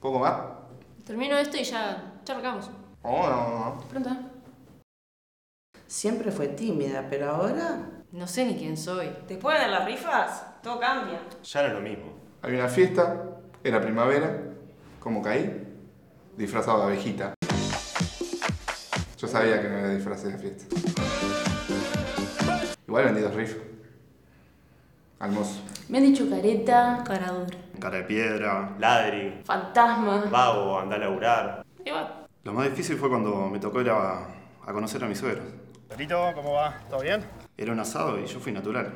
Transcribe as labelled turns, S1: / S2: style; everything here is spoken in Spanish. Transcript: S1: ¿Poco más?
S2: Termino esto y ya, ya arrancamos.
S1: No, no, no.
S2: Pronto.
S3: Siempre fue tímida, pero ahora
S2: No sé ni quién soy.
S4: Después de las rifas, todo cambia.
S5: Ya no es lo mismo.
S1: Hay una fiesta, era primavera, como caí, disfrazado de abejita. Yo sabía que no era disfraz de fiesta. Igual vendí dos rifas. Almozo.
S6: Me han dicho careta,
S2: Cara dura.
S5: Cara de piedra, ladri,
S6: fantasma.
S5: vago, andá a laburar.
S2: Y bueno,
S7: Lo más difícil fue cuando me tocó ir a, a conocer a mis suegros.
S5: Lito, ¿cómo va? ¿Todo bien?
S7: Era un asado y yo fui natural.